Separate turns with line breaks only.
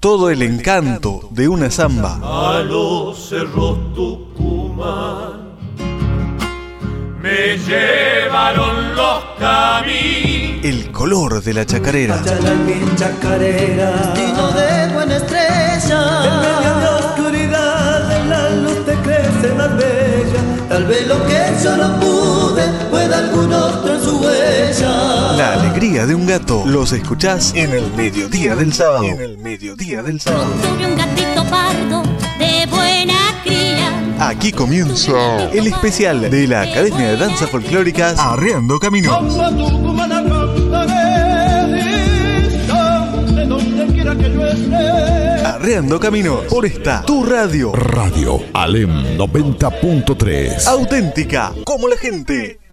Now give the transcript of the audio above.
todo el encanto de una samba.
A los cerros Tucumán me llevaron los caminos.
El color de la chacarera.
Chalán mi chacarera.
Destino de buena
En
estrella.
medio de la oscuridad, en la luz te crece más bella.
Tal vez lo que yo no pude pueda algún otro en su huella.
La alegría de un gato. Los escuchás en el mediodía del sábado. En el mediodía del sábado.
Tuve un gatito pardo de buena cría.
Aquí comienza el especial de la Academia de Danzas Folclóricas Arreando Caminos. Arreando Caminos por esta tu radio
Radio Alem 90.3.
auténtica como la gente.